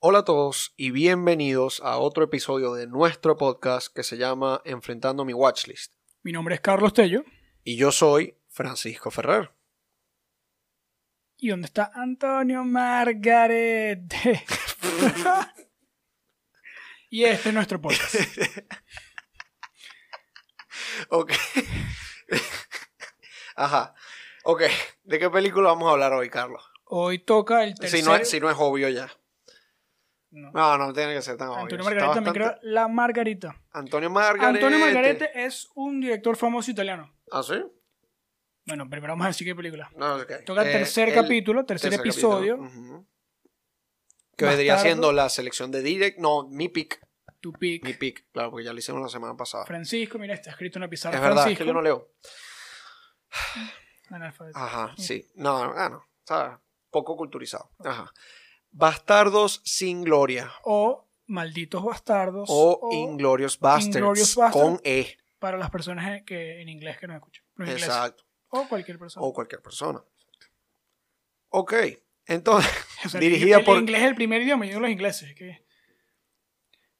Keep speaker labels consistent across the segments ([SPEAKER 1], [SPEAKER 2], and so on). [SPEAKER 1] Hola a todos y bienvenidos a otro episodio de nuestro podcast que se llama Enfrentando mi Watchlist.
[SPEAKER 2] Mi nombre es Carlos Tello.
[SPEAKER 1] Y yo soy Francisco Ferrer.
[SPEAKER 2] ¿Y dónde está Antonio Margaret? y este es nuestro podcast.
[SPEAKER 1] Ok. Ajá. Ok. ¿De qué película vamos a hablar hoy, Carlos?
[SPEAKER 2] Hoy toca el tercer...
[SPEAKER 1] Si no, es, si no es obvio ya.
[SPEAKER 2] No.
[SPEAKER 1] No, no tiene que ser tan obvio.
[SPEAKER 2] Antonio
[SPEAKER 1] Está
[SPEAKER 2] Margaret también
[SPEAKER 1] bastante-
[SPEAKER 2] creo La Margarita.
[SPEAKER 1] Antonio Margarete.
[SPEAKER 2] Antonio Margarete es un director famoso italiano.
[SPEAKER 1] ¿Ah, sí?
[SPEAKER 2] Bueno, primero vamos a decir qué película.
[SPEAKER 1] No, ok.
[SPEAKER 2] Toca el
[SPEAKER 1] Eh,
[SPEAKER 2] tercer
[SPEAKER 1] el
[SPEAKER 2] capítulo, tercer,
[SPEAKER 1] tercer
[SPEAKER 2] episodio.
[SPEAKER 1] capítulo. Mm. Ujú. Que
[SPEAKER 2] Bastardo.
[SPEAKER 1] vendría siendo la selección de Direct. No, mi pick.
[SPEAKER 2] Tu
[SPEAKER 1] Mi
[SPEAKER 2] pick.
[SPEAKER 1] pick. Claro, porque ya lo hicimos la semana pasada.
[SPEAKER 2] Francisco, mira, está escrito en una pizarra.
[SPEAKER 1] es verdad, es
[SPEAKER 2] Francisco,
[SPEAKER 1] que yo Ah. no leo.
[SPEAKER 2] analfabeto.
[SPEAKER 1] Ajá,
[SPEAKER 2] Mm.
[SPEAKER 1] sí. No, no, ah, no. ¿sabes? Poco culturizado. Ajá. Bastardos sin gloria.
[SPEAKER 2] O Malditos Bastardos.
[SPEAKER 1] O, Inglorious Bastards.
[SPEAKER 2] Inglourious Basterds.
[SPEAKER 1] Con E.
[SPEAKER 2] para las personas en- que en inglés que nos escuchan. Los ingleses.
[SPEAKER 1] Exacto.
[SPEAKER 2] O cualquier persona.
[SPEAKER 1] O cualquier persona. Ok. Entonces,
[SPEAKER 2] O sea,
[SPEAKER 1] dirigida
[SPEAKER 2] el- el
[SPEAKER 1] por-
[SPEAKER 2] inglés es el primer idioma, yo digo los ingleses. Que...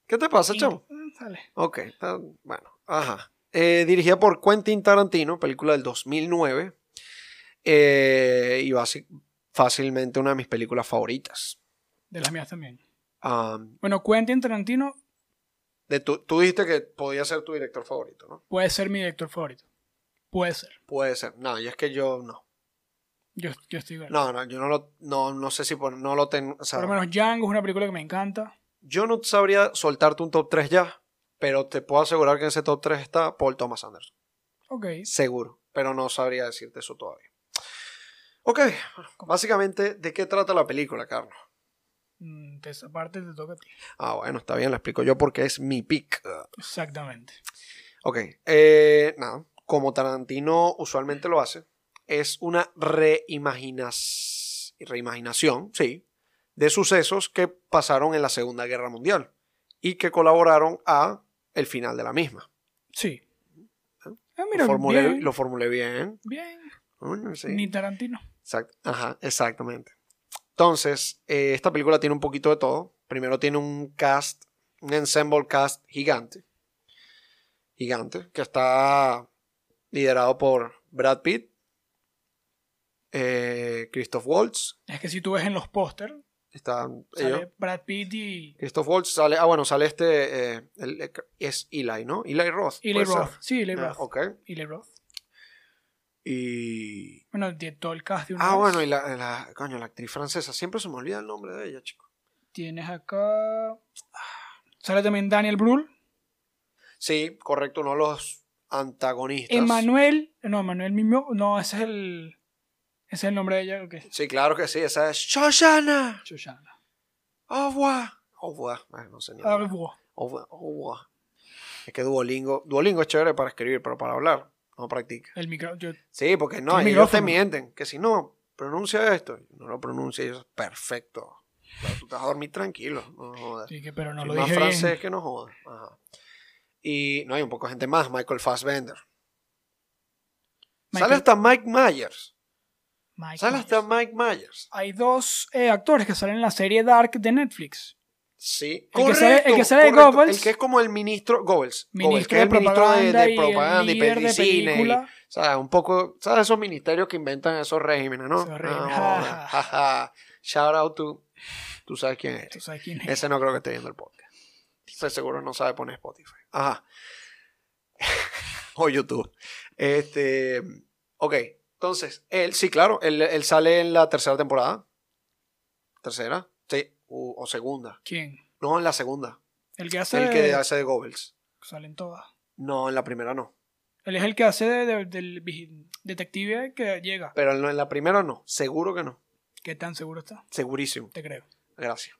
[SPEAKER 1] ¿qué te pasa, chamo?
[SPEAKER 2] Mm, Dale.
[SPEAKER 1] Ok, ah, bueno, ajá. Eh, dirigida por Quentin Tarantino, película del 2009. eh, y basi- fácilmente una de mis películas favoritas.
[SPEAKER 2] De las mías también.
[SPEAKER 1] Ah,
[SPEAKER 2] Bueno, Quentin Tarantino
[SPEAKER 1] de tu- tú dijiste que podía ser tu director favorito, ¿no?
[SPEAKER 2] puede ser mi director favorito. Puede ser.
[SPEAKER 1] Puede ser. No, y es que yo no.
[SPEAKER 2] Yo, yo estoy igual.
[SPEAKER 1] No, no, yo no lo, no, no sé si por- no lo tengo. o sea,
[SPEAKER 2] Por lo menos Django es una película que me encanta.
[SPEAKER 1] yo no sabría soltarte un top 3 ya, pero te puedo asegurar que en ese top 3 está Paul Thomas Anderson.
[SPEAKER 2] Ok.
[SPEAKER 1] Seguro, pero no sabría decirte eso todavía. Ok, básicamente, ¿de qué trata la película, Carlos?
[SPEAKER 2] Mm, te- Esa parte te toca a ti.
[SPEAKER 1] Ah, bueno, está bien, la explico yo porque es mi pick. Ah,
[SPEAKER 2] Exactamente.
[SPEAKER 1] Ok, eh, nada, como Tarantino usualmente lo hace, es una reimaginas- reimaginación, sí, de sucesos que pasaron en la Segunda Guerra Mundial y que colaboraron a el final de la misma.
[SPEAKER 2] Sí.
[SPEAKER 1] ¿Eh?
[SPEAKER 2] Ah, mira,
[SPEAKER 1] lo, formulé,
[SPEAKER 2] bien.
[SPEAKER 1] lo formulé bien.
[SPEAKER 2] bien.
[SPEAKER 1] Coño, sí.
[SPEAKER 2] Ni Tarantino.
[SPEAKER 1] Exact- Ajá, exactamente. Entonces, eh, esta película tiene un poquito de todo. Primero tiene un cast, un ensemble cast gigante. Gigante, que está liderado por Brad Pitt, eh, Christoph Waltz.
[SPEAKER 2] Es que si tú ves en los pósters,
[SPEAKER 1] Está ellos.
[SPEAKER 2] sale Brad Pitt y
[SPEAKER 1] Christoph Waltz sale. Ah, bueno, sale este. eh, el- es Eli, ¿no? Eli Roth.
[SPEAKER 2] Eli
[SPEAKER 1] puede ser.
[SPEAKER 2] Roth. Sí, Eli
[SPEAKER 1] Ah,
[SPEAKER 2] Roth.
[SPEAKER 1] ok.
[SPEAKER 2] Eli Roth.
[SPEAKER 1] Y.
[SPEAKER 2] Bueno, de todo el cast de una
[SPEAKER 1] Ah,
[SPEAKER 2] vez.
[SPEAKER 1] bueno, y la, la- Coño, la actriz francesa. Siempre se me olvida el nombre de ella, chico.
[SPEAKER 2] Tienes acá. ah, Sale también Daniel Brühl.
[SPEAKER 1] Sí, correcto, uno de los antagonistas.
[SPEAKER 2] Emanuel. No, Emanuel mismo. No, ese es el. Ese es el nombre de ella, ¿o qué?
[SPEAKER 1] Sí, claro que sí, esa es Shoshana.
[SPEAKER 2] Shoshana.
[SPEAKER 1] Au revoir. Au revoir. Ay, no sé ni
[SPEAKER 2] Au
[SPEAKER 1] hablar.
[SPEAKER 2] revoir.
[SPEAKER 1] Au revoir, au revoir. Es que Duolingo, Duolingo es chévere para escribir, pero para hablar no practica.
[SPEAKER 2] El micro. yo-
[SPEAKER 1] Sí, porque no,
[SPEAKER 2] El
[SPEAKER 1] ellos te
[SPEAKER 2] micrófono.
[SPEAKER 1] mienten, que si no, pronuncia esto, no lo pronuncia, ellos, perfecto. Claro, tú te vas a dormir tranquilo, no jodas.
[SPEAKER 2] sí, que, pero no
[SPEAKER 1] Si
[SPEAKER 2] lo
[SPEAKER 1] más
[SPEAKER 2] dije
[SPEAKER 1] francés
[SPEAKER 2] bien.
[SPEAKER 1] que no jodas. Ajá. Y no hay un poco de gente más, Michael Fassbender.
[SPEAKER 2] Michael-
[SPEAKER 1] Sale hasta Mike Myers.
[SPEAKER 2] Michael
[SPEAKER 1] Sale hasta
[SPEAKER 2] Myers.
[SPEAKER 1] Mike Myers.
[SPEAKER 2] Hay dos eh, actores que salen en la serie Dark de Netflix.
[SPEAKER 1] Oh, Sí.
[SPEAKER 2] El que sale- el que sale de
[SPEAKER 1] correcto.
[SPEAKER 2] Goebbels.
[SPEAKER 1] El que es como el ministro Goebbels. Goebbels,
[SPEAKER 2] Ministro
[SPEAKER 1] que es
[SPEAKER 2] de
[SPEAKER 1] el ministro de,
[SPEAKER 2] propaganda
[SPEAKER 1] de
[SPEAKER 2] y
[SPEAKER 1] propaganda
[SPEAKER 2] el
[SPEAKER 1] y,
[SPEAKER 2] líder de
[SPEAKER 1] cine. y-
[SPEAKER 2] película.
[SPEAKER 1] ¿Sabes? Un poco. ¿Sabes esos ministerios que inventan esos regímenes, no?
[SPEAKER 2] Esos regímenes.
[SPEAKER 1] Ah, ja, ja. Shout out to. Tú sabes quién
[SPEAKER 2] Tú
[SPEAKER 1] eres.
[SPEAKER 2] sabes quién es.
[SPEAKER 1] Ese no creo que esté viendo el podcast. Ese seguro no sabe poner Spotify. Ajá. o YouTube. Este. Ok. Entonces, él, sí, claro. Él, él sale en la tercera temporada. ¿Tercera? Sí. o- o segunda.
[SPEAKER 2] ¿Quién?
[SPEAKER 1] No, en la segunda.
[SPEAKER 2] El que hace.
[SPEAKER 1] El que hace de Goebbels.
[SPEAKER 2] Salen todas.
[SPEAKER 1] No, en la primera no.
[SPEAKER 2] Él es el que hace de- de- del vigi- detective que llega.
[SPEAKER 1] Pero en la- en la primera no. Seguro que no.
[SPEAKER 2] ¿Qué tan seguro está?
[SPEAKER 1] Segurísimo.
[SPEAKER 2] Te creo.
[SPEAKER 1] Gracias.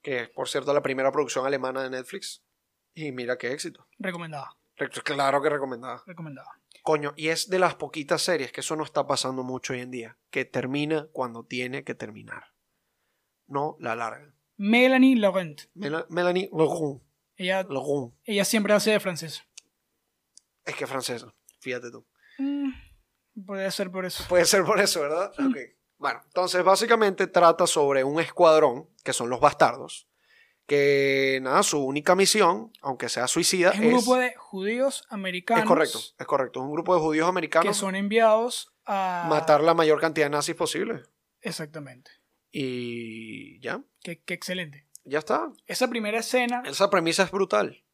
[SPEAKER 1] Que es, por cierto, la primera producción alemana de Netflix. Y mira qué éxito.
[SPEAKER 2] Recomendada.
[SPEAKER 1] Re- Claro que recomendada.
[SPEAKER 2] Recomendada.
[SPEAKER 1] Coño, y es de las poquitas series que eso no está pasando mucho hoy en día. Que termina cuando tiene que terminar. No la larga.
[SPEAKER 2] Melanie Laurent.
[SPEAKER 1] Mela- Melanie Legrand.
[SPEAKER 2] Ella,
[SPEAKER 1] Legrand.
[SPEAKER 2] ella siempre hace de francés.
[SPEAKER 1] Es que es francesa. Fíjate tú.
[SPEAKER 2] Mm, puede ser por eso. Mm.
[SPEAKER 1] Puede ser por eso, ¿verdad? Ok. Bueno, entonces básicamente trata sobre un escuadrón, que son los bastardos, que nada, su única misión, aunque sea suicida,
[SPEAKER 2] Es un
[SPEAKER 1] es...
[SPEAKER 2] grupo de judíos americanos.
[SPEAKER 1] es correcto, es correcto. Es un grupo de judíos
[SPEAKER 2] Que
[SPEAKER 1] americanos
[SPEAKER 2] son enviados a.
[SPEAKER 1] matar la mayor cantidad de nazis posible.
[SPEAKER 2] Exactamente.
[SPEAKER 1] Y ya,
[SPEAKER 2] Qué, qué excelente.
[SPEAKER 1] ya está.
[SPEAKER 2] Esa primera escena.
[SPEAKER 1] Esa premisa es brutal.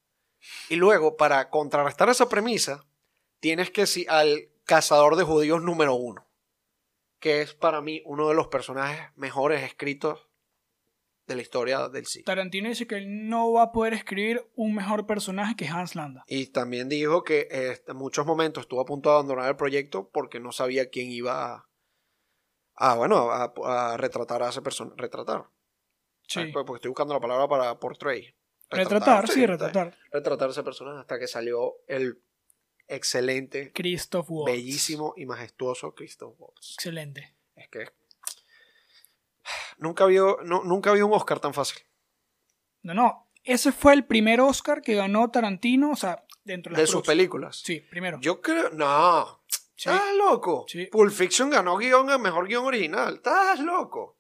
[SPEAKER 1] Y luego, para contrarrestar esa premisa, tienes que si al cazador de judíos número uno, que es para mí uno de los personajes mejores escritos de la historia del cine.
[SPEAKER 2] Tarantino dice que él no va a poder escribir un mejor personaje que Hans Landa.
[SPEAKER 1] Y también dijo que eh, en muchos momentos estuvo a punto de abandonar el proyecto porque no sabía quién iba a, a, bueno, a, a retratar a ese personaje. Retratar.
[SPEAKER 2] Sí.
[SPEAKER 1] Ah, pues, Porque estoy buscando la palabra para portray.
[SPEAKER 2] Retratar,
[SPEAKER 1] está
[SPEAKER 2] sí,
[SPEAKER 1] bien.
[SPEAKER 2] retratar.
[SPEAKER 1] Retratar a ese personaje hasta que salió el excelente,
[SPEAKER 2] Christoph Waltz.
[SPEAKER 1] bellísimo y majestuoso Christoph Waltz.
[SPEAKER 2] Excelente.
[SPEAKER 1] Es que nunca vio, no, nunca había un Oscar tan fácil.
[SPEAKER 2] No, no. Ese fue el primer Oscar que ganó Tarantino, o sea, dentro de
[SPEAKER 1] De
[SPEAKER 2] las
[SPEAKER 1] sus
[SPEAKER 2] producciones.
[SPEAKER 1] películas.
[SPEAKER 2] Sí, primero.
[SPEAKER 1] Yo Ah. creo. No.
[SPEAKER 2] Sí.
[SPEAKER 1] ¿Estás loco?
[SPEAKER 2] Sí.
[SPEAKER 1] Pulp Fiction ganó guión a mejor guión original. ¿Estás loco?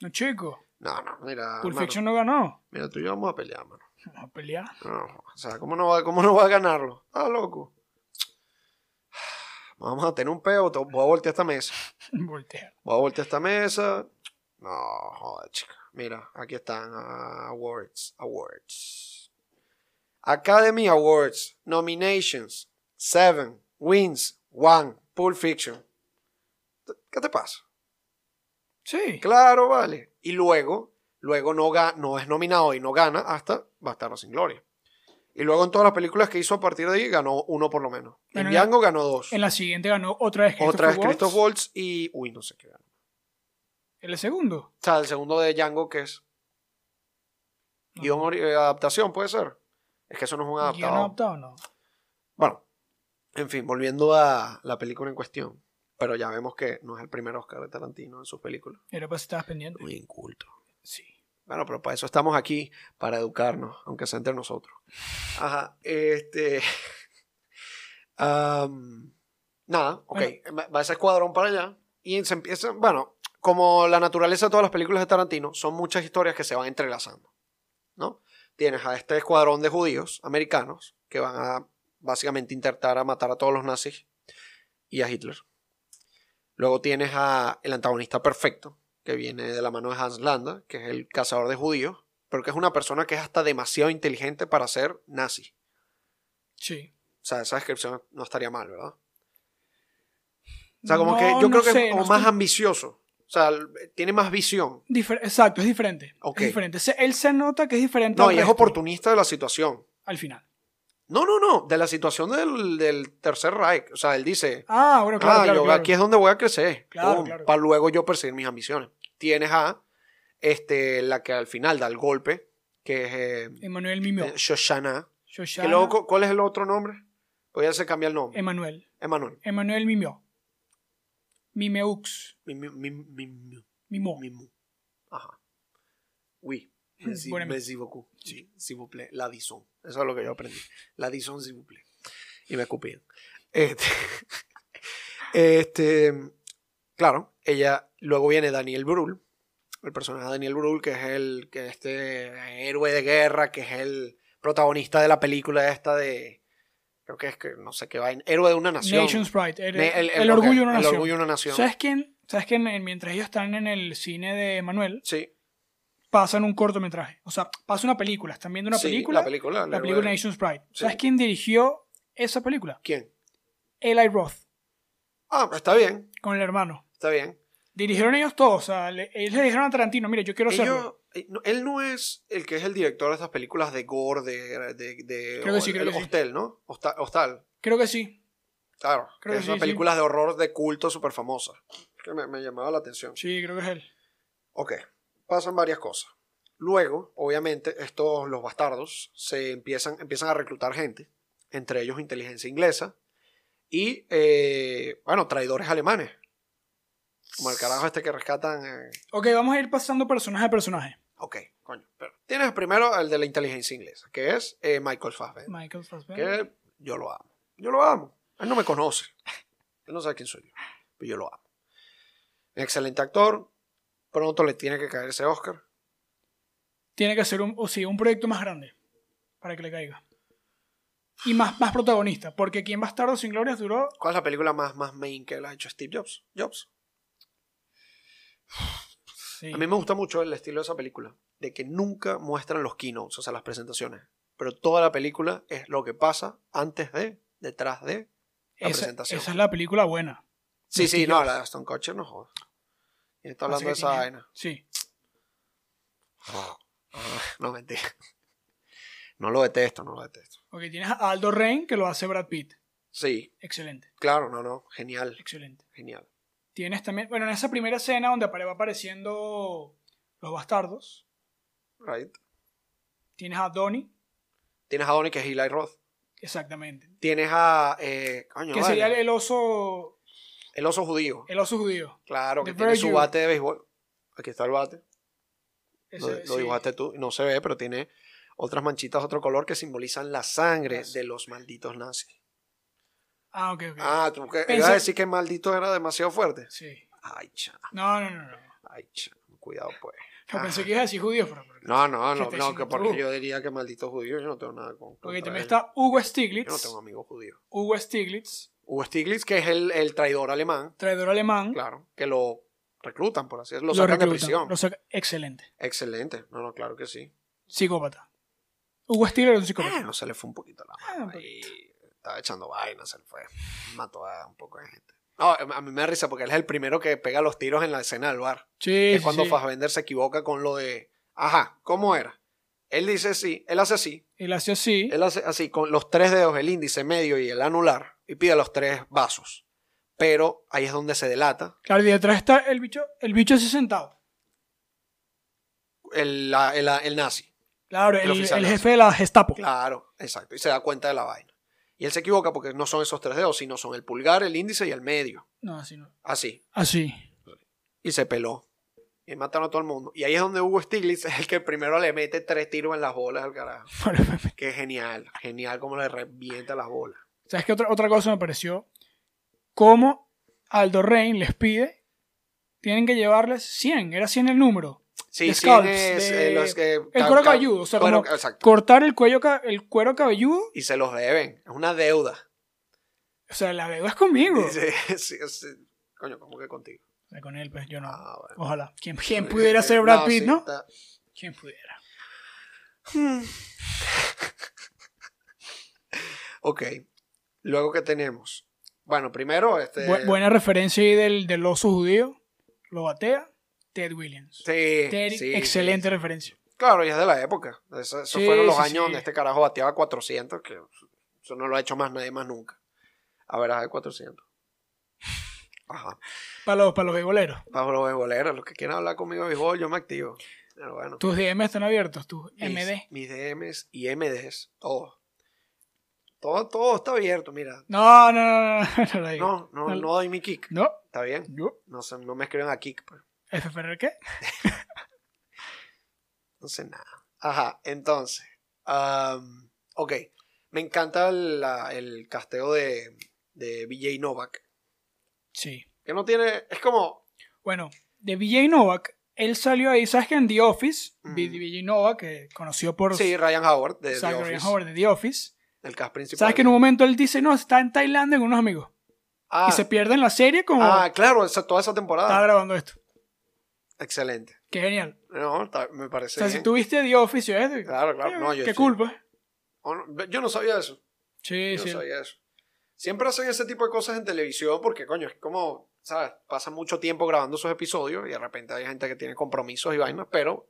[SPEAKER 2] No, chico.
[SPEAKER 1] No, no, mira.
[SPEAKER 2] Pulp
[SPEAKER 1] mano,
[SPEAKER 2] Fiction no ganó.
[SPEAKER 1] Mira, tú y yo vamos a pelear, mano.
[SPEAKER 2] Vamos a pelear.
[SPEAKER 1] No, o sea, ¿cómo no va, cómo no va a ganarlo? ¿Estás loco? Vamos a tener un peo. te- Voy a voltear esta mesa.
[SPEAKER 2] Voltear.
[SPEAKER 1] Voy a voltear esta mesa. No, joder, chica. Mira, aquí están ah, awards, awards. Academy Awards, nominations, seven, wins, one, Pulp Fiction. ¿Qué te pasa?
[SPEAKER 2] Sí.
[SPEAKER 1] Claro, vale. Y luego, luego no, ga- no es nominado y no gana hasta Bastardo sin Gloria. Y luego en todas las películas que hizo a partir de ahí ganó uno por lo menos.
[SPEAKER 2] Bueno,
[SPEAKER 1] en
[SPEAKER 2] en la-
[SPEAKER 1] Django ganó dos.
[SPEAKER 2] En la siguiente ganó otra vez Christoph
[SPEAKER 1] Otra es
[SPEAKER 2] Waltz.
[SPEAKER 1] Christoph Waltz y... Uy, no sé qué ganó.
[SPEAKER 2] El segundo.
[SPEAKER 1] O sea, el segundo de Django que es guión ori- eh, adaptación, puede ser. Es que eso no es un
[SPEAKER 2] Guión
[SPEAKER 1] adaptado.
[SPEAKER 2] adaptado, no.
[SPEAKER 1] Bueno, en fin, volviendo a la película en cuestión. Pero ya vemos que no es el primer Oscar de Tarantino en sus películas.
[SPEAKER 2] Era para si estabas pendiente.
[SPEAKER 1] Muy inculto.
[SPEAKER 2] Sí.
[SPEAKER 1] Bueno, pero para eso estamos aquí, para educarnos, aunque sea entre nosotros. Ajá, este. am, nada, ok. Va ese escuadrón para allá y se empieza. Bueno, como la naturaleza de todas las películas de Tarantino, son muchas historias que se van entrelazando. ¿No? Tienes a este escuadrón de judíos americanos que van a básicamente intentar a matar a todos los nazis y a Hitler. Luego tienes a el antagonista perfecto, que viene de la mano de Hans Landa, que es el cazador de judíos, pero que es una persona que es hasta demasiado inteligente para ser nazi.
[SPEAKER 2] Sí.
[SPEAKER 1] O sea, esa descripción no estaría mal, ¿verdad? O sea, como
[SPEAKER 2] No,
[SPEAKER 1] que yo
[SPEAKER 2] no
[SPEAKER 1] creo que
[SPEAKER 2] sé,
[SPEAKER 1] es
[SPEAKER 2] no
[SPEAKER 1] como más
[SPEAKER 2] estoy-
[SPEAKER 1] ambicioso. O sea, l- eh, tiene más visión.
[SPEAKER 2] Difer- Exacto, es diferente.
[SPEAKER 1] Ok.
[SPEAKER 2] Es diferente. Se- él se nota que es diferente.
[SPEAKER 1] No,
[SPEAKER 2] al
[SPEAKER 1] y es
[SPEAKER 2] resto,
[SPEAKER 1] oportunista de la situación.
[SPEAKER 2] Al final.
[SPEAKER 1] No, no, no, de la situación del, del Tercer Reich. O sea, él dice,
[SPEAKER 2] Ah, bueno, claro.
[SPEAKER 1] ah,
[SPEAKER 2] claro,
[SPEAKER 1] yo
[SPEAKER 2] claro.
[SPEAKER 1] aquí es donde voy a crecer.
[SPEAKER 2] Claro, claro.
[SPEAKER 1] Para luego yo perseguir mis ambiciones. Tienes a este, la que al final da el golpe, que es eh,
[SPEAKER 2] Emanuel Mimio.
[SPEAKER 1] eh, Shoshana.
[SPEAKER 2] Shoshana.
[SPEAKER 1] Que luego, cu- ¿Cuál es el otro nombre? Pues ya se cambia el nombre.
[SPEAKER 2] Emanuel.
[SPEAKER 1] Emanuel.
[SPEAKER 2] Emanuel Mimio. Mimeux.
[SPEAKER 1] Mi- mi- mi- mi- mi-
[SPEAKER 2] Mimo.
[SPEAKER 1] mi- mu. Ajá. Oui. Merci,
[SPEAKER 2] Bueno.
[SPEAKER 1] merci beaucoup. Sí, s'il vous plaît. La Dison. Eso es lo que yo aprendí. La Dison, s'il vous plaît. Y me escupían. Este, este, claro, ella. Luego viene Daniel Brühl. El personaje de Daniel Brühl, que es el que es este héroe de guerra, que es el protagonista de la película esta de. Creo que es que no sé qué va. Héroe de una nación.
[SPEAKER 2] Nation's Pride. El,
[SPEAKER 1] Ne- el- el-
[SPEAKER 2] el
[SPEAKER 1] ok,
[SPEAKER 2] orgullo de una
[SPEAKER 1] El
[SPEAKER 2] nación.
[SPEAKER 1] orgullo de una nación.
[SPEAKER 2] ¿Sabes quién? ¿Sabes quién? Eh, Mientras ellos están en el cine de Emanuel,
[SPEAKER 1] Sí.
[SPEAKER 2] pasan un cortometraje. O sea, pasa una película. Están viendo una
[SPEAKER 1] sí,
[SPEAKER 2] película.
[SPEAKER 1] La película. el
[SPEAKER 2] La
[SPEAKER 1] héroe
[SPEAKER 2] película
[SPEAKER 1] de-
[SPEAKER 2] Nation's Pride.
[SPEAKER 1] Sí.
[SPEAKER 2] ¿Sabes quién dirigió esa película?
[SPEAKER 1] ¿Quién?
[SPEAKER 2] Eli Roth,
[SPEAKER 1] Ah, está bien.
[SPEAKER 2] con el hermano.
[SPEAKER 1] Está bien.
[SPEAKER 2] Dirigieron ellos todos. O sea, le- ellos le dijeron a Tarantino, mire, yo quiero hacerlo.
[SPEAKER 1] Ellos- eh, no, él no es el que es el director de estas películas de Gore, de, de, de-
[SPEAKER 2] Creo que sí,
[SPEAKER 1] o-
[SPEAKER 2] creo
[SPEAKER 1] el
[SPEAKER 2] que sí.
[SPEAKER 1] Hostel, ¿no? Hosta- Hostal,
[SPEAKER 2] Creo que sí.
[SPEAKER 1] claro.
[SPEAKER 2] Creo
[SPEAKER 1] que
[SPEAKER 2] que
[SPEAKER 1] es
[SPEAKER 2] sí,
[SPEAKER 1] una
[SPEAKER 2] sí.
[SPEAKER 1] película de horror de culto súper famosa. Que me, me llamaba la atención.
[SPEAKER 2] Sí, creo que es él.
[SPEAKER 1] Ok, pasan varias cosas. Luego, obviamente, estos, los bastardos, se empiezan, empiezan a reclutar gente, entre ellos inteligencia inglesa y, eh, bueno, traidores alemanes. Como el carajo este que rescatan... eh,
[SPEAKER 2] Ok, vamos a ir pasando personaje a personaje.
[SPEAKER 1] Ok, coño. Pero tienes primero el de la inteligencia inglesa, que es eh, Michael Fassbender.
[SPEAKER 2] Michael Fassbender.
[SPEAKER 1] Que yo lo amo. Yo lo amo. Él no me conoce. Él no sabe quién soy yo. Pero yo lo amo. Excelente actor. Pronto le tiene que caer ese Oscar.
[SPEAKER 2] Tiene que ser un, o sí, un proyecto más grande para que le caiga. Y más, más protagonista, porque quien Bastardo sin Glorias duró.
[SPEAKER 1] ¿Cuál es la película más, más main que él ha hecho Steve Jobs? Jobs.
[SPEAKER 2] Sí.
[SPEAKER 1] A mí me gusta mucho el estilo de esa película, de que nunca muestran los keynotes, o sea, las presentaciones. Pero toda la película es lo que pasa antes de, detrás de. la
[SPEAKER 2] esa,
[SPEAKER 1] presentación.
[SPEAKER 2] esa es la película buena.
[SPEAKER 1] Sí,
[SPEAKER 2] De
[SPEAKER 1] sí,
[SPEAKER 2] Steve
[SPEAKER 1] no,
[SPEAKER 2] Jobs.
[SPEAKER 1] la de Aston Kutcher no jodas. Y está
[SPEAKER 2] Pasa
[SPEAKER 1] hablando
[SPEAKER 2] que
[SPEAKER 1] de esa
[SPEAKER 2] tiene-
[SPEAKER 1] vaina.
[SPEAKER 2] Sí.
[SPEAKER 1] No, mentira. No lo detesto, no lo detesto.
[SPEAKER 2] Porque tienes a Aldo Rain que lo hace Brad Pitt.
[SPEAKER 1] Sí,
[SPEAKER 2] Excelente,
[SPEAKER 1] claro, no, no. Genial,
[SPEAKER 2] excelente.
[SPEAKER 1] genial.
[SPEAKER 2] Tienes también, bueno, en esa primera escena donde apare- va apareciendo los bastardos,
[SPEAKER 1] Right.
[SPEAKER 2] tienes a Donnie,
[SPEAKER 1] Tienes a Donnie, que es Eli Roth.
[SPEAKER 2] exactamente,
[SPEAKER 1] Tienes a. eh, coño,
[SPEAKER 2] que
[SPEAKER 1] vale,
[SPEAKER 2] sería el-
[SPEAKER 1] el...
[SPEAKER 2] el oso,
[SPEAKER 1] oso judío.
[SPEAKER 2] el oso judío.
[SPEAKER 1] Claro,
[SPEAKER 2] The
[SPEAKER 1] que tiene su
[SPEAKER 2] Virgin.
[SPEAKER 1] bate de béisbol. Aquí está el bate.
[SPEAKER 2] Ese-
[SPEAKER 1] Lo, lo
[SPEAKER 2] sí.
[SPEAKER 1] dibujaste tú. No se ve, pero tiene otras manchitas, otro color que simbolizan la sangre de los malditos nazis.
[SPEAKER 2] Ah, ok, ok.
[SPEAKER 1] Ah, tú que
[SPEAKER 2] Pensé-
[SPEAKER 1] ibas a decir que maldito era demasiado fuerte.
[SPEAKER 2] Sí.
[SPEAKER 1] Ay, cha,
[SPEAKER 2] No, no, no, no. No,
[SPEAKER 1] ay, cha. Cuidado, pues.
[SPEAKER 2] No, pensé que ibas a decir judío, pero... pero-
[SPEAKER 1] No, no, no,
[SPEAKER 2] te
[SPEAKER 1] no,
[SPEAKER 2] dicen
[SPEAKER 1] que
[SPEAKER 2] tú?
[SPEAKER 1] porque yo diría que maldito judío, yo no tengo nada con. contra
[SPEAKER 2] Porque también
[SPEAKER 1] él.
[SPEAKER 2] está Hugo
[SPEAKER 1] Yo no
[SPEAKER 2] Stiglitz.
[SPEAKER 1] tengo amigos judíos.
[SPEAKER 2] Hugo Stiglitz,
[SPEAKER 1] Hugo Stiglitz, que es el, el traidor alemán,
[SPEAKER 2] traidor alemán.
[SPEAKER 1] claro, que lo reclutan, por así decirlo,
[SPEAKER 2] lo
[SPEAKER 1] lo sacan de
[SPEAKER 2] reclutan,
[SPEAKER 1] prisión.
[SPEAKER 2] lo saca- Excelente.
[SPEAKER 1] Excelente, no, no, claro que sí. Eh,
[SPEAKER 2] Psicópata. Hugo Stiglitz era un psicópata.
[SPEAKER 1] No se le fue un poquito la
[SPEAKER 2] Ah, un
[SPEAKER 1] mano. ahí. estaba echando vaina, se le fue. Mató a un poco de gente. No, em, a mí me da risa porque él es el primero que pega los tiros en la escena del bar.
[SPEAKER 2] Sí,
[SPEAKER 1] que
[SPEAKER 2] sí,
[SPEAKER 1] es cuando
[SPEAKER 2] sí.
[SPEAKER 1] Fassbender se equivoca con lo de, ajá, ¿cómo era? Él dice sí, él hace sí,
[SPEAKER 2] Él hace así.
[SPEAKER 1] él hace así con los tres dedos, el índice medio y el anular, y pide los tres vasos. Pero ahí es donde se delata.
[SPEAKER 2] Claro, y detrás está el bicho, el bicho así sentado.
[SPEAKER 1] El, la- el- el nazi.
[SPEAKER 2] Claro,
[SPEAKER 1] El
[SPEAKER 2] el,
[SPEAKER 1] oficial
[SPEAKER 2] el
[SPEAKER 1] nazi.
[SPEAKER 2] jefe de la Gestapo.
[SPEAKER 1] Claro, exacto. Y se da cuenta de la vaina. Y él se equivoca porque no son esos tres dedos, sino son el pulgar, el índice y el medio.
[SPEAKER 2] No, así no.
[SPEAKER 1] Así.
[SPEAKER 2] Así.
[SPEAKER 1] Y se peló. Y mataron a todo el mundo. Y ahí es donde Hugo Stiglitz es el que primero le mete tres tiros en las bolas al carajo. Qué genial. Genial como le revienta las bolas.
[SPEAKER 2] ¿Sabes qué otra, otra cosa me pareció? Cómo Aldo Rein les pide, tienen que llevarles 100, era 100 el número.
[SPEAKER 1] Sí, sí,
[SPEAKER 2] Scalps,
[SPEAKER 1] es,
[SPEAKER 2] de-
[SPEAKER 1] eh, los que...
[SPEAKER 2] El
[SPEAKER 1] ca-
[SPEAKER 2] cuero
[SPEAKER 1] ca-
[SPEAKER 2] cabelludo, o sea,
[SPEAKER 1] cuero-
[SPEAKER 2] como
[SPEAKER 1] exacto.
[SPEAKER 2] cortar el, cuello, ca- el cuero cabelludo,
[SPEAKER 1] Y se los deben. Es una deuda.
[SPEAKER 2] o sea, la deuda es conmigo.
[SPEAKER 1] Dice, sí, sí. Coño, ¿cómo que contigo?
[SPEAKER 2] O sea, con él, pues yo no.
[SPEAKER 1] Ah, bueno.
[SPEAKER 2] Ojalá. ¿Quién, quién pudiera ser Brad
[SPEAKER 1] No,
[SPEAKER 2] Pitt,
[SPEAKER 1] sí,
[SPEAKER 2] no?
[SPEAKER 1] está-
[SPEAKER 2] ¿Quién pudiera?
[SPEAKER 1] Ok. Luego, ¿qué tenemos? Bueno, primero, este.
[SPEAKER 2] Bu- buena referencia ahí del, del oso judío. Lo batea. Ted Williams.
[SPEAKER 1] Sí,
[SPEAKER 2] Ted,
[SPEAKER 1] sí,
[SPEAKER 2] excelente
[SPEAKER 1] sí.
[SPEAKER 2] referencia.
[SPEAKER 1] Claro, y es de la época. Eso- Esos
[SPEAKER 2] Sí,
[SPEAKER 1] fueron los
[SPEAKER 2] sí,
[SPEAKER 1] años
[SPEAKER 2] sí.
[SPEAKER 1] donde este carajo bateaba 400, que eso no lo ha hecho más nadie más nunca. A ver, de 400. Ajá.
[SPEAKER 2] Para los, para los beisboleros.
[SPEAKER 1] Bajo los beisboleros, los que quieran hablar conmigo de béisbol, yo me activo. Pero bueno.
[SPEAKER 2] Tus DM están abiertos, tus MD.
[SPEAKER 1] Mis, mis DMs y MDs, todo. Todo, todo está abierto, mira.
[SPEAKER 2] No, no, no, no, no, no, lo digo.
[SPEAKER 1] No, no, no doy mi kick.
[SPEAKER 2] No,
[SPEAKER 1] Está bien.
[SPEAKER 2] yo.
[SPEAKER 1] No, se- no me escriben a kick, pues.
[SPEAKER 2] ¿F Ferrer qué?
[SPEAKER 1] No sé nada. Ajá, entonces. am, ok. Me encanta el, la- el casteo de, de BJ Novak.
[SPEAKER 2] Sí.
[SPEAKER 1] Que no tiene. Es como.
[SPEAKER 2] Bueno, de VJ Novak, él salió ahí, ¿sabes que en The Office?
[SPEAKER 1] Ujú.
[SPEAKER 2] Vi- VJ Novak, que conoció por
[SPEAKER 1] Sí, Ryan Howard de The
[SPEAKER 2] Zachary
[SPEAKER 1] Office,
[SPEAKER 2] Howard de The Office.
[SPEAKER 1] El cast principal.
[SPEAKER 2] ¿Sabes que en un momento él dice, no, está en Tailandia con unos amigos?
[SPEAKER 1] Ah,
[SPEAKER 2] Y se pierde en la serie como
[SPEAKER 1] ah, claro, esa- toda esa
[SPEAKER 2] está
[SPEAKER 1] temporada.
[SPEAKER 2] grabando esto.
[SPEAKER 1] Excelente.
[SPEAKER 2] Qué genial.
[SPEAKER 1] No, está- me parece.
[SPEAKER 2] o sea, si
[SPEAKER 1] bien.
[SPEAKER 2] tú viste The Office, ¿eh?
[SPEAKER 1] Claro, claro. No, yo
[SPEAKER 2] ¿Qué
[SPEAKER 1] estoy-
[SPEAKER 2] culpa?
[SPEAKER 1] Oh, no, Yo no sabía eso.
[SPEAKER 2] Sí,
[SPEAKER 1] Yo
[SPEAKER 2] sí.
[SPEAKER 1] no sabía eso. Siempre hacen ese tipo de cosas en televisión porque, coño, es como, ¿sabes? Pasan mucho tiempo grabando sus episodios y de repente hay gente que tiene compromisos y vainas, pero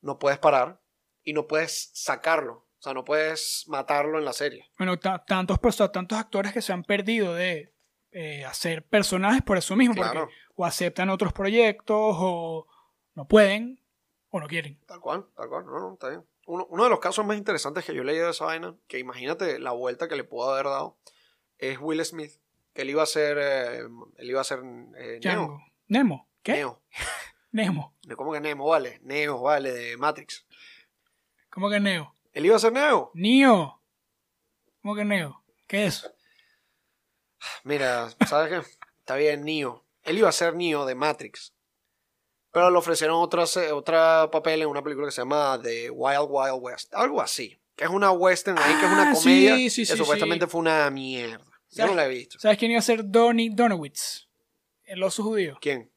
[SPEAKER 1] no puedes parar y no puedes sacarlo. O sea, no puedes matarlo en la serie.
[SPEAKER 2] Bueno, ta- tantos, perso- tantos actores que se han perdido de eh, hacer personajes por eso mismo,
[SPEAKER 1] Claro.
[SPEAKER 2] porque o aceptan otros proyectos, o no pueden, o no quieren.
[SPEAKER 1] Tal cual, tal cual. No, no, está bien. Uno, uno de los casos más interesantes que yo leí de esa vaina, que imagínate la vuelta que le pudo haber dado, es Will Smith, que él iba a ser, eh, él iba a ser eh, Neo.
[SPEAKER 2] Django. Nemo. ¿Qué?
[SPEAKER 1] Neo.
[SPEAKER 2] Nemo.
[SPEAKER 1] ¿Cómo que Nemo, vale? Neo, vale, de Matrix.
[SPEAKER 2] ¿Cómo que Neo?
[SPEAKER 1] Él iba a ser Neo.
[SPEAKER 2] Neo. ¿Cómo que Neo? ¿Qué es eso?
[SPEAKER 1] Mira, ¿sabes qué? Está bien, Neo. Él iba a ser Neo de Matrix. Pero le ofrecieron otra, se- otra papel en una película que se llama The Wild Wild West. Algo así. Que es una western ahí, que es una
[SPEAKER 2] Ah, sí,
[SPEAKER 1] comedia.
[SPEAKER 2] sí,
[SPEAKER 1] que
[SPEAKER 2] sí,
[SPEAKER 1] supuestamente
[SPEAKER 2] sí.
[SPEAKER 1] fue una mierda. Yo
[SPEAKER 2] ¿Sabes?
[SPEAKER 1] no la he visto.
[SPEAKER 2] ¿Sabes quién iba a ser Donnie Donowitz? El oso judío.
[SPEAKER 1] ¿Quién?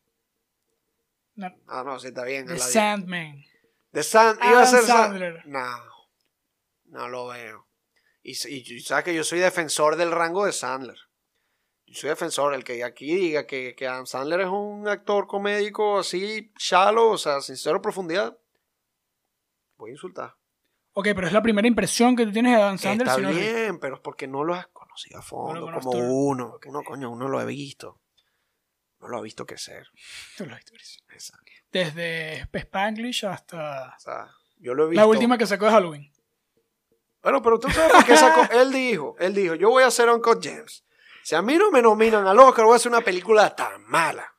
[SPEAKER 2] No.
[SPEAKER 1] Ah, no, sí, está bien.
[SPEAKER 2] The
[SPEAKER 1] la vi.
[SPEAKER 2] Sandman.
[SPEAKER 1] The Sand. Iba a
[SPEAKER 2] Adam
[SPEAKER 1] ser Sa-
[SPEAKER 2] Sandler.
[SPEAKER 1] No. No lo veo. Y, s- y, y sabes que yo soy defensor del rango de Sandler. Yo soy defensor. El que aquí diga que, que Adam Sandler es un actor comédico así, shallow, o sea, sin cero profundidad, voy a insultar.
[SPEAKER 2] Ok, pero es la primera impresión que tú tienes de Adam Sandler.
[SPEAKER 1] Está
[SPEAKER 2] si no-
[SPEAKER 1] bien, pero es porque no lo has conocido a fondo,
[SPEAKER 2] conozco
[SPEAKER 1] como
[SPEAKER 2] todo.
[SPEAKER 1] uno. Uno, coño, uno lo ha visto. No lo ha visto crecer.
[SPEAKER 2] Tú lo has visto, Chris.
[SPEAKER 1] Exacto.
[SPEAKER 2] Desde Spanglish hasta
[SPEAKER 1] O sea, yo lo he visto.
[SPEAKER 2] la última que sacó de Halloween.
[SPEAKER 1] Bueno, pero tú sabes por qué sacó. él dijo, él dijo, yo voy a hacer Uncut James. Si a mí no me nominan al Oscar, voy a hacer una película tan mala.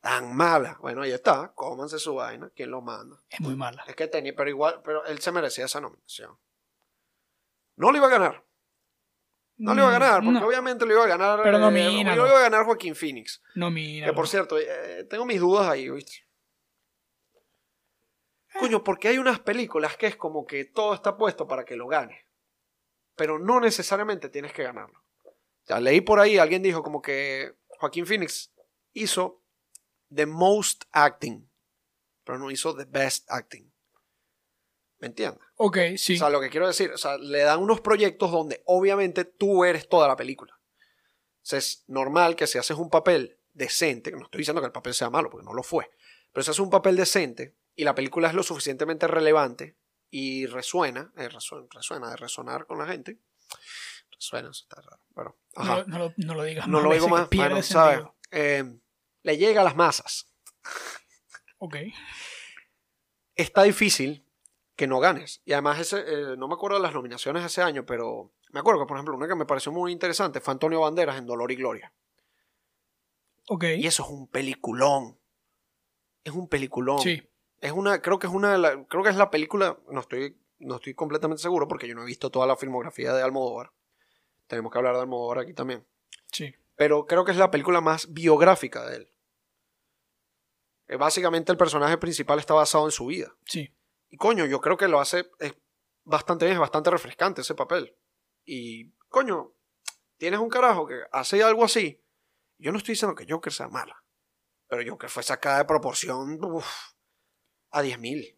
[SPEAKER 1] Tan mala. Bueno, ahí está. Cómanse su vaina. ¿Quién lo manda?
[SPEAKER 2] Es muy mala.
[SPEAKER 1] Es que tenía, pero igual, pero él se merecía esa nominación. No le iba a ganar. No le iba a ganar, porque
[SPEAKER 2] Mm, no,
[SPEAKER 1] obviamente le iba a ganar.
[SPEAKER 2] Pero
[SPEAKER 1] eh,
[SPEAKER 2] nomínalo.
[SPEAKER 1] le iba a ganar Joaquín Phoenix.
[SPEAKER 2] no mira.
[SPEAKER 1] Que por cierto, eh, tengo mis dudas ahí, ¿viste?
[SPEAKER 2] Eh.
[SPEAKER 1] Coño, porque hay unas películas que es como que todo está puesto para que lo gane. Pero no necesariamente tienes que ganarlo. Ya leí por ahí, alguien dijo como que Joaquín Phoenix hizo the most acting, pero no hizo the best acting. ¿Me entiendes?
[SPEAKER 2] Ok, sí.
[SPEAKER 1] O sea, lo que quiero decir, o sea, le dan unos proyectos donde obviamente tú eres toda la película. O sea, es normal que si haces un papel decente, no estoy diciendo que el papel sea malo, porque no lo fue, pero si haces un papel decente y la película es lo suficientemente relevante y resuena, eh, resuena, resuena de resonar con la gente, resuena, eso está raro, pero, ajá,
[SPEAKER 2] no, no lo, no lo digas
[SPEAKER 1] no, lo
[SPEAKER 2] más
[SPEAKER 1] digo
[SPEAKER 2] veces, que
[SPEAKER 1] más,
[SPEAKER 2] pierde
[SPEAKER 1] bueno,
[SPEAKER 2] sentido.
[SPEAKER 1] ¿sabes? Eh, le llega a las masas.
[SPEAKER 2] Ok.
[SPEAKER 1] está difícil que no ganes. Y además, ese, eh, no me acuerdo de las nominaciones de ese año, pero me acuerdo que, por ejemplo, una que me pareció muy interesante fue Antonio Banderas en Dolor y Gloria.
[SPEAKER 2] Ok.
[SPEAKER 1] Y eso es un peliculón. Es un peliculón.
[SPEAKER 2] Sí.
[SPEAKER 1] Es una, creo que es una de la- creo que es la película, no estoy, no estoy completamente seguro porque yo no he visto toda la filmografía de Almodóvar. Tenemos que hablar de Almodóvar aquí también.
[SPEAKER 2] Sí.
[SPEAKER 1] Pero creo que es la película más biográfica de él. Eh, Básicamente el personaje principal está basado en su vida.
[SPEAKER 2] Sí.
[SPEAKER 1] Y coño, yo creo que lo hace es bastante bien, es bastante refrescante ese papel. Y coño, tienes un carajo que hace algo así. Yo no estoy diciendo que Joker sea mala, pero Joker fue sacada de proporción uf, a 10.000.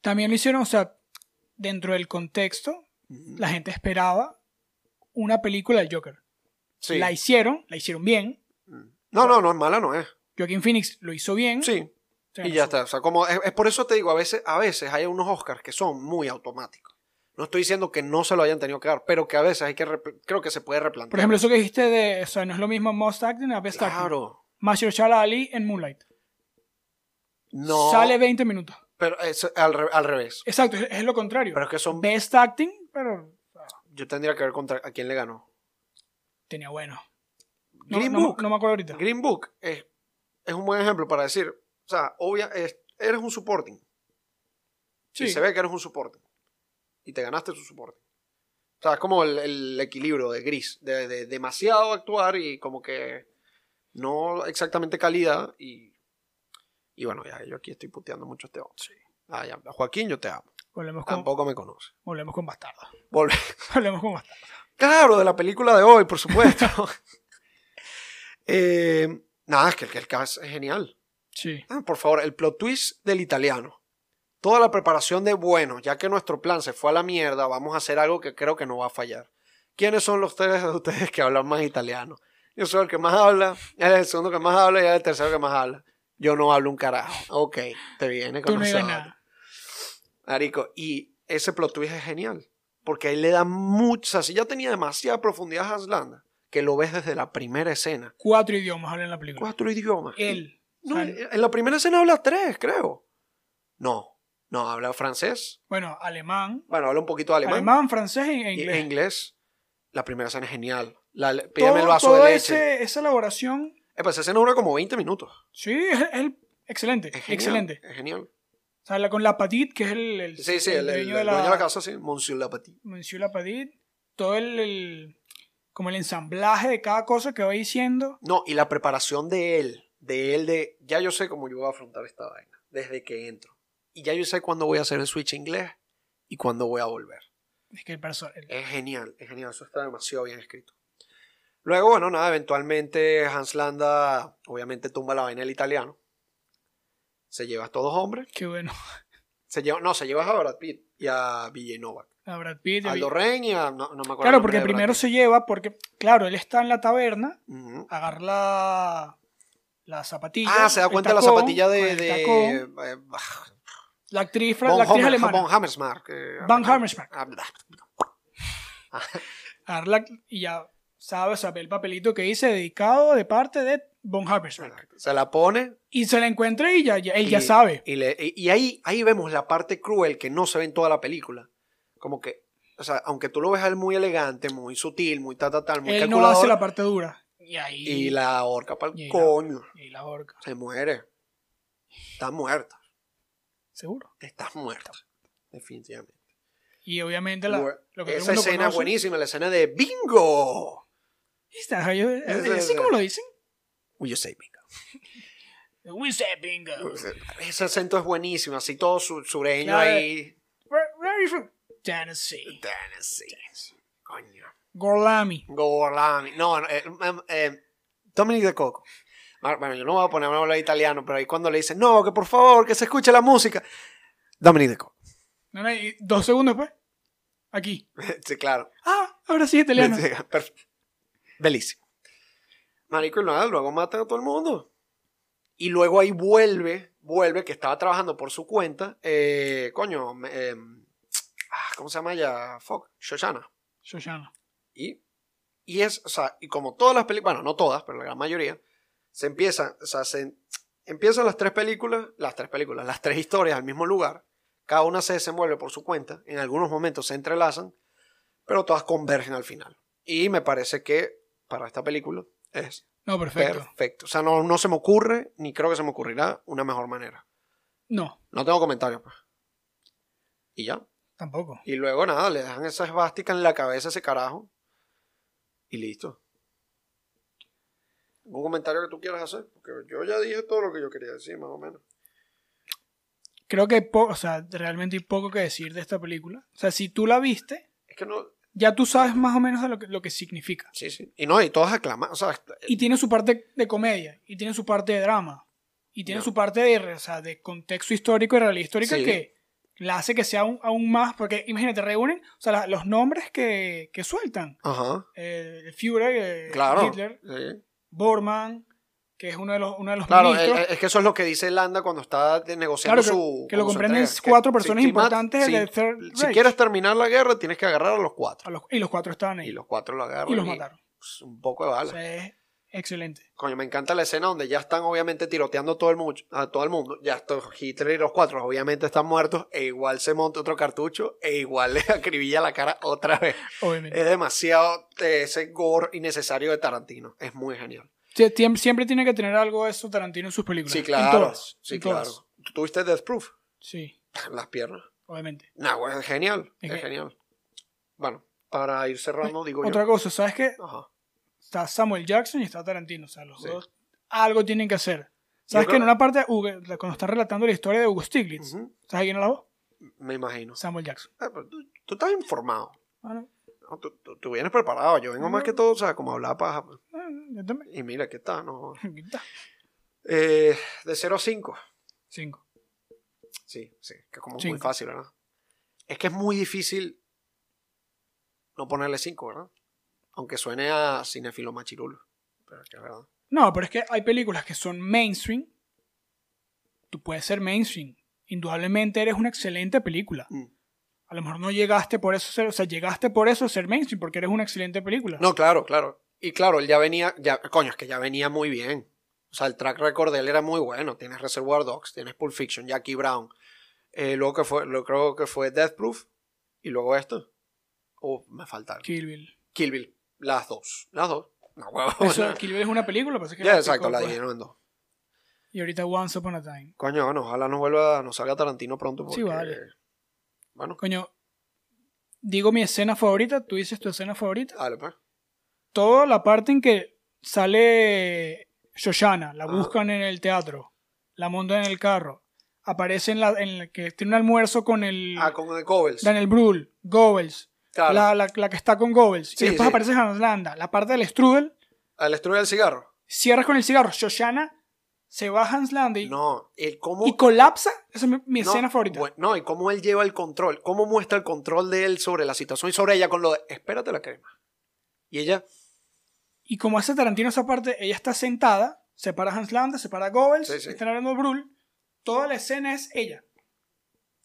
[SPEAKER 2] También lo hicieron, o sea, dentro del contexto, la gente esperaba una película del Joker.
[SPEAKER 1] Sí. Mm.
[SPEAKER 2] La hicieron, la hicieron bien.
[SPEAKER 1] No, no, no es mala, no es.
[SPEAKER 2] Joaquin Phoenix lo hizo bien.
[SPEAKER 1] Sí,
[SPEAKER 2] Se
[SPEAKER 1] y
[SPEAKER 2] ganó
[SPEAKER 1] ya
[SPEAKER 2] su-
[SPEAKER 1] está. O sea, como es, es por eso te digo, a veces, a veces hay unos Oscars que son muy automáticos. No estoy diciendo que no se lo hayan tenido que dar, pero que a veces hay que repl- creo que se puede replantear.
[SPEAKER 2] Por ejemplo, eso que dijiste de, o sea, no es lo mismo Most Acting a Best Acting.
[SPEAKER 1] claro.
[SPEAKER 2] Mahershala Ali en Moonlight.
[SPEAKER 1] No.
[SPEAKER 2] Sale 20 minutos.
[SPEAKER 1] Pero es al, re- al revés.
[SPEAKER 2] Exacto, es, es lo contrario.
[SPEAKER 1] Pero es que son.
[SPEAKER 2] Best Acting, pero
[SPEAKER 1] Yo tendría que ver contra a quién le ganó.
[SPEAKER 2] tenía bueno. No,
[SPEAKER 1] Green
[SPEAKER 2] no-
[SPEAKER 1] Book.
[SPEAKER 2] no me acuerdo ahorita.
[SPEAKER 1] Green Book es, es un buen ejemplo para decir. O sea, obvia, es- eres un supporting.
[SPEAKER 2] Sí.
[SPEAKER 1] Y se ve que eres un supporting. Y te ganaste tu supporting. O sea, es como el, el equilibrio de gris. De, de demasiado actuar y como que no exactamente calidad. Y, y bueno, ya yo aquí estoy puteando mucho a este hombre. Ah, ya, Joaquín, yo te amo.
[SPEAKER 2] Volvemos con,
[SPEAKER 1] Tampoco me conoce.
[SPEAKER 2] volvemos con Bastardo.
[SPEAKER 1] Volve-
[SPEAKER 2] Volvemos con Bastardo.
[SPEAKER 1] Claro, de la película de hoy, por supuesto. Eh, nada, es que, que el cast es genial.
[SPEAKER 2] Sí.
[SPEAKER 1] Ah, por favor, el plot twist del italiano. Toda la preparación de bueno, ya que nuestro plan se fue a la mierda, vamos a hacer algo que creo que no va a fallar. ¿Quiénes son los tres de ustedes que hablan más italiano? Yo soy el que más habla, él es el segundo que más habla y él es el tercero que más habla. Yo no hablo un carajo. Ok, te viene con
[SPEAKER 2] Tú no digas
[SPEAKER 1] nosotros.
[SPEAKER 2] nada.
[SPEAKER 1] Marico, y ese plot twist es genial. Porque ahí le da mucha. Si ya tenía demasiada profundidad a Hans Landa, que lo ves desde la primera escena.
[SPEAKER 2] Cuatro idiomas hablan en la película.
[SPEAKER 1] Cuatro idiomas.
[SPEAKER 2] Él.
[SPEAKER 1] No, eh.
[SPEAKER 2] Al-
[SPEAKER 1] en la primera escena habla tres, creo. No, no, habla francés.
[SPEAKER 2] bueno, alemán.
[SPEAKER 1] Bueno, habla un poquito de alemán.
[SPEAKER 2] Alemán, francés e
[SPEAKER 1] y-
[SPEAKER 2] inglés.
[SPEAKER 1] e inglés. La primera escena es genial. La, le-
[SPEAKER 2] Todo-
[SPEAKER 1] pídeme el vaso
[SPEAKER 2] toda
[SPEAKER 1] de leche.
[SPEAKER 2] ese- esa elaboración,
[SPEAKER 1] Eh, pues, esa escena dura como 20 minutos.
[SPEAKER 2] sí, es, es excelente.
[SPEAKER 1] Es genial,
[SPEAKER 2] excelente.
[SPEAKER 1] Es genial.
[SPEAKER 2] O sea, la, con la Patit, que es el, el-
[SPEAKER 1] Sí, sí, el, el- el dueño de la casa, sí. Monsieur Lapatit.
[SPEAKER 2] Monsieur la Patit, todo el, el- como el ensamblaje de cada cosa que va diciendo.
[SPEAKER 1] No, y la preparación de él, de él de, ya yo sé cómo yo voy a afrontar esta vaina, desde que entro. Y ya yo sé cuándo voy a hacer el switch inglés y cuándo voy a volver.
[SPEAKER 2] Es que el personaje.
[SPEAKER 1] Es genial, es genial, eso está demasiado bien escrito. Luego, bueno, nada, eventualmente Hans Landa obviamente tumba la vaina del italiano. Se lleva a estos dos hombres.
[SPEAKER 2] Qué bueno.
[SPEAKER 1] Se lleva, no, se lleva a Brad Pitt y a Villenovac.
[SPEAKER 2] A Brad Pitt. y a
[SPEAKER 1] Aldo
[SPEAKER 2] Bill-
[SPEAKER 1] Rey y a, no, no me acuerdo.
[SPEAKER 2] Claro, porque
[SPEAKER 1] el nombre de Brad
[SPEAKER 2] primero
[SPEAKER 1] Pitt.
[SPEAKER 2] se lleva, porque, claro, él está en la taberna,
[SPEAKER 1] Ujú.
[SPEAKER 2] agarra la, la zapatilla.
[SPEAKER 1] Ah, se da
[SPEAKER 2] el
[SPEAKER 1] cuenta de la
[SPEAKER 2] tacón,
[SPEAKER 1] zapatilla
[SPEAKER 2] con
[SPEAKER 1] de...
[SPEAKER 2] el
[SPEAKER 1] de
[SPEAKER 2] tacón.
[SPEAKER 1] eh, bah,
[SPEAKER 2] la actriz, fra-
[SPEAKER 1] Von
[SPEAKER 2] la actriz
[SPEAKER 1] Hammer-
[SPEAKER 2] alemana.
[SPEAKER 1] Von Hammersmark. eh,
[SPEAKER 2] Van Hammersmark.
[SPEAKER 1] ah, blah.
[SPEAKER 2] Agarra la- y ya sabe, sabe el papelito que dice dedicado de parte de Von Habersberg.
[SPEAKER 1] Se la pone.
[SPEAKER 2] Y se la encuentra y ya, ya- él
[SPEAKER 1] y-
[SPEAKER 2] ya sabe.
[SPEAKER 1] Y, le- y- y ahí, ahí vemos la parte cruel que no se ve en toda la película. Como que, o sea, aunque tú lo ves a él muy elegante, muy sutil, muy ta, ta, tal, muy
[SPEAKER 2] Él no
[SPEAKER 1] calculador.
[SPEAKER 2] hace la parte dura. Y ahí.
[SPEAKER 1] Y la horca para
[SPEAKER 2] Y
[SPEAKER 1] el
[SPEAKER 2] la-
[SPEAKER 1] coño.
[SPEAKER 2] y la horca.
[SPEAKER 1] Se muere. Está muerta.
[SPEAKER 2] Seguro.
[SPEAKER 1] Está muerta. Definitivamente.
[SPEAKER 2] Y obviamente la,
[SPEAKER 1] Bueno,
[SPEAKER 2] lo que todo el
[SPEAKER 1] Esa
[SPEAKER 2] mundo
[SPEAKER 1] escena es
[SPEAKER 2] conoce-
[SPEAKER 1] buenísima, la escena de bingo.
[SPEAKER 2] Está, yo-
[SPEAKER 1] Esa-
[SPEAKER 2] ¿Así como lo dicen?
[SPEAKER 1] Will you say bingo?
[SPEAKER 2] We say bingo.
[SPEAKER 1] Ese acento es buenísimo, así todo su- sureño
[SPEAKER 2] Claro.
[SPEAKER 1] ahí.
[SPEAKER 2] Where, where are you from? Tennessee.
[SPEAKER 1] Tennessee. Coño.
[SPEAKER 2] Gorlami.
[SPEAKER 1] Gorlami. No, no, eh, eh, eh, Dominic de Coco. Ah, Bueno, yo no voy a ponerme a hablar italiano, pero ahí cuando le dicen, no, que por favor, que se escuche la música. Dominic de Coco.
[SPEAKER 2] No, no, y dos segundos después. Aquí.
[SPEAKER 1] sí, claro.
[SPEAKER 2] Ah, ahora sí es italiano.
[SPEAKER 1] Sí, perfecto. Belísimo. Marico, y nada, luego matan a todo el mundo. Y luego ahí vuelve, vuelve, que estaba trabajando por su cuenta. eh, coño, me- eh, ah, ¿cómo se llama ella? Fuck, Shoshana.
[SPEAKER 2] Shoshana.
[SPEAKER 1] Y, y es, o sea, y como todas las películas, bueno, no todas, pero la gran mayoría, se empiezan, o sea, se empiezan las tres películas, las tres películas, las tres historias al mismo lugar. Cada una se desenvuelve por su cuenta, en algunos momentos se entrelazan, pero todas convergen al final. Y me parece que para esta película es
[SPEAKER 2] No, perfecto.
[SPEAKER 1] perfecto. O sea, no, no se me ocurre, ni creo que se me ocurrirá una mejor manera.
[SPEAKER 2] No,
[SPEAKER 1] No tengo comentarios, pues. Y ya.
[SPEAKER 2] tampoco.
[SPEAKER 1] Y luego nada, le dejan esa esvástica en la cabeza a ese carajo. Y listo. ¿Un comentario que tú quieras hacer? Porque yo ya dije todo lo que yo quería decir, más o menos.
[SPEAKER 2] Creo que hay po- o sea, realmente hay poco que decir de esta película. O sea, si tú la viste,
[SPEAKER 1] Es que no.
[SPEAKER 2] ya tú sabes más o menos de lo que, lo que significa.
[SPEAKER 1] Sí, sí. Y no, y todas aclaman. O sea, está-
[SPEAKER 2] Y tiene su parte de comedia, y tiene su parte de drama, y tiene
[SPEAKER 1] Ya.
[SPEAKER 2] su parte de, re- o sea, de contexto histórico y realidad histórica
[SPEAKER 1] Sí.
[SPEAKER 2] que la hace que sea aún, aún más, porque imagínate, reúnen o sea, la- los nombres que, que sueltan.
[SPEAKER 1] Ajá.
[SPEAKER 2] Eh, el Führer, eh,
[SPEAKER 1] Claro.
[SPEAKER 2] Hitler,
[SPEAKER 1] Sí.
[SPEAKER 2] Bormann, que es uno de los, uno de los
[SPEAKER 1] Claro, eh,
[SPEAKER 2] ministros.
[SPEAKER 1] es, es que eso es lo que dice Landa cuando está de- negociando
[SPEAKER 2] Claro, que-
[SPEAKER 1] su.
[SPEAKER 2] que lo
[SPEAKER 1] cuando su
[SPEAKER 2] comprenden
[SPEAKER 1] entrega.
[SPEAKER 2] cuatro
[SPEAKER 1] Que
[SPEAKER 2] personas
[SPEAKER 1] si- si mat-
[SPEAKER 2] importantes
[SPEAKER 1] si-
[SPEAKER 2] del Third
[SPEAKER 1] Si
[SPEAKER 2] Reich.
[SPEAKER 1] quieres terminar la guerra, tienes que agarrar a los
[SPEAKER 2] A
[SPEAKER 1] cuatro.
[SPEAKER 2] los- y los cuatro estaban ahí.
[SPEAKER 1] Y los cuatro lo agarran.
[SPEAKER 2] y los mataron.
[SPEAKER 1] pues, un poco de bala.
[SPEAKER 2] O sea, es excelente.
[SPEAKER 1] Coño, me encanta la escena donde ya están obviamente tiroteando a todo el, much- a todo el mundo. Ya estos Hitler y los cuatro obviamente están muertos e igual se monta otro cartucho e igual le acribilla la cara otra vez.
[SPEAKER 2] Obviamente.
[SPEAKER 1] Es demasiado eh, ese gore innecesario de Tarantino. Es muy genial.
[SPEAKER 2] Sie- siem- siempre tiene que tener algo de eso Tarantino en sus películas.
[SPEAKER 1] Sí,
[SPEAKER 2] En
[SPEAKER 1] claro.
[SPEAKER 2] todas,
[SPEAKER 1] sí,
[SPEAKER 2] en
[SPEAKER 1] claro.
[SPEAKER 2] todas.
[SPEAKER 1] ¿Tú ¿Tuviste Death Proof?
[SPEAKER 2] Sí,
[SPEAKER 1] Las piernas.
[SPEAKER 2] obviamente.
[SPEAKER 1] Nah, güey, es genial.
[SPEAKER 2] Es
[SPEAKER 1] Es,
[SPEAKER 2] que-
[SPEAKER 1] genial. Bueno, para ir cerrando, digo
[SPEAKER 2] Otra
[SPEAKER 1] yo.
[SPEAKER 2] cosa, ¿sabes qué?
[SPEAKER 1] Ajá.
[SPEAKER 2] Está Samuel Jackson y está Tarantino. O sea, los
[SPEAKER 1] Sí.
[SPEAKER 2] dos algo tienen que hacer.
[SPEAKER 1] Yo
[SPEAKER 2] ¿Sabes que
[SPEAKER 1] creo-
[SPEAKER 2] en una parte, Hugo- la- cuando está relatando la historia de Hugo Stiglitz,
[SPEAKER 1] Ujú,
[SPEAKER 2] ¿sabes quién es la voz?
[SPEAKER 1] Me imagino.
[SPEAKER 2] Samuel Jackson. Ah,
[SPEAKER 1] Ah, pero tú, tú estás informado.
[SPEAKER 2] Bueno,
[SPEAKER 1] No, tú, tú- tú vienes preparado. Yo vengo más que todo, o sea, como hablaba paja. pues.
[SPEAKER 2] ah, yo también.
[SPEAKER 1] Y mira, aquí está, no.
[SPEAKER 2] Aquí está.
[SPEAKER 1] Eh, de 0 a 5.
[SPEAKER 2] Cinco.
[SPEAKER 1] Sí, sí, que es como muy
[SPEAKER 2] Cinco.
[SPEAKER 1] fácil, ¿verdad? Es que es muy difícil no ponerle 5, ¿verdad? Aunque suene a cinefilo machirulo. Pero es que es verdad.
[SPEAKER 2] No, pero es que hay películas que son mainstream. Tú puedes ser mainstream. Indudablemente eres una excelente película.
[SPEAKER 1] Mm.
[SPEAKER 2] A lo mejor no llegaste por eso, a ser- o sea, llegaste por eso a ser mainstream, porque eres una excelente película.
[SPEAKER 1] No, claro, claro. Y claro, él ya venía, ya, coño, es que ya venía muy bien. O sea, el track record de él era muy bueno. Tienes Reservoir Dogs, tienes Pulp Fiction, Jackie Brown. Eh, luego que fue, lo creo que fue Death Proof. Y luego esto. Oh, me faltaron.
[SPEAKER 2] Kill Bill.
[SPEAKER 1] Kill Bill. Las dos. Las dos. No, huevo.
[SPEAKER 2] Eso, Kill Bill es una película, pasa que
[SPEAKER 1] Ya,
[SPEAKER 2] la
[SPEAKER 1] exacto,
[SPEAKER 2] picó,
[SPEAKER 1] la
[SPEAKER 2] pues.
[SPEAKER 1] dividieron en dos.
[SPEAKER 2] Y ahorita Once Upon a Time.
[SPEAKER 1] Coño, bueno, ojalá no vuelva, no salga Tarantino pronto. Porque,
[SPEAKER 2] Sí, vale.
[SPEAKER 1] Bueno,
[SPEAKER 2] Coño, digo mi escena favorita, tú dices tu escena favorita.
[SPEAKER 1] dale, pues.
[SPEAKER 2] toda la parte en que sale Shoshana, la
[SPEAKER 1] Ah.
[SPEAKER 2] buscan en el teatro, la montan en el carro, aparece en la, en la que tiene un almuerzo con el
[SPEAKER 1] Ah, con el Goebbels.
[SPEAKER 2] Daniel Brühl, Goebbels,
[SPEAKER 1] claro.
[SPEAKER 2] la, la- la que está con Goebbels,
[SPEAKER 1] Sí,
[SPEAKER 2] y después
[SPEAKER 1] sí.
[SPEAKER 2] aparece Hans Landa, la parte del strudel,
[SPEAKER 1] Al estrella del cigarro.
[SPEAKER 2] cierras con el cigarro, Shoshana se va a Hans Landa y,
[SPEAKER 1] No, el cómo.
[SPEAKER 2] y colapsa, esa es mi, mi
[SPEAKER 1] no,
[SPEAKER 2] escena favorita.
[SPEAKER 1] bueno, no, y cómo él lleva el control. Cómo muestra el control de él sobre la situación y sobre ella con lo de. Espérate la crema. Y ella.
[SPEAKER 2] Y como hace Tarantino esa parte, ella está sentada, se para Hans Landa, se para Goebbels,
[SPEAKER 1] Sí, sí.
[SPEAKER 2] están hablando de Brühl, toda la escena es ella.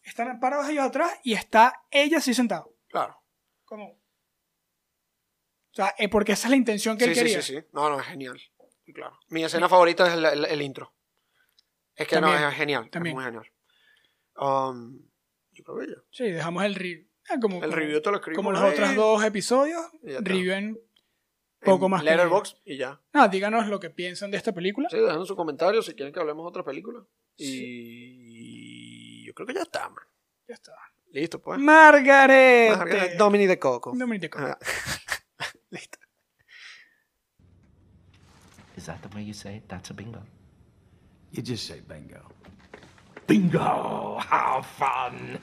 [SPEAKER 2] Están parados ellos atrás y está ella así sentada.
[SPEAKER 1] Claro.
[SPEAKER 2] Como... O sea, eh, porque esa es la intención que
[SPEAKER 1] Sí,
[SPEAKER 2] él
[SPEAKER 1] sí,
[SPEAKER 2] quería.
[SPEAKER 1] sí, sí. No, no, es genial. Claro. Mi escena favorita es la- la- el, intro. Es que no,
[SPEAKER 2] También,
[SPEAKER 1] es genial. Es
[SPEAKER 2] también.
[SPEAKER 1] muy genial. Um, yo creo que ya.
[SPEAKER 2] Sí, dejamos el review. ah, como,
[SPEAKER 1] El
[SPEAKER 2] como-
[SPEAKER 1] review te lo escribimos.
[SPEAKER 2] Como los
[SPEAKER 1] ahí,
[SPEAKER 2] otros dos episodios,
[SPEAKER 1] y ya está.
[SPEAKER 2] review en...
[SPEAKER 1] En
[SPEAKER 2] poco más que-
[SPEAKER 1] Letterboxd y ya.
[SPEAKER 2] Nada, díganos lo que piensan de esta película.
[SPEAKER 1] Sí, dejen sus comentarios si quieren que hablemos de otra película. Y yo creo que ya está, man.
[SPEAKER 2] Ya está.
[SPEAKER 1] Listo, pues.
[SPEAKER 2] Margaret.
[SPEAKER 1] Margaret Dominic de Coco.
[SPEAKER 2] Dominic.
[SPEAKER 1] Ah. Listo.
[SPEAKER 3] Is that the way you say it? That's a bingo.
[SPEAKER 4] You just say bingo.
[SPEAKER 3] Bingo! How fun!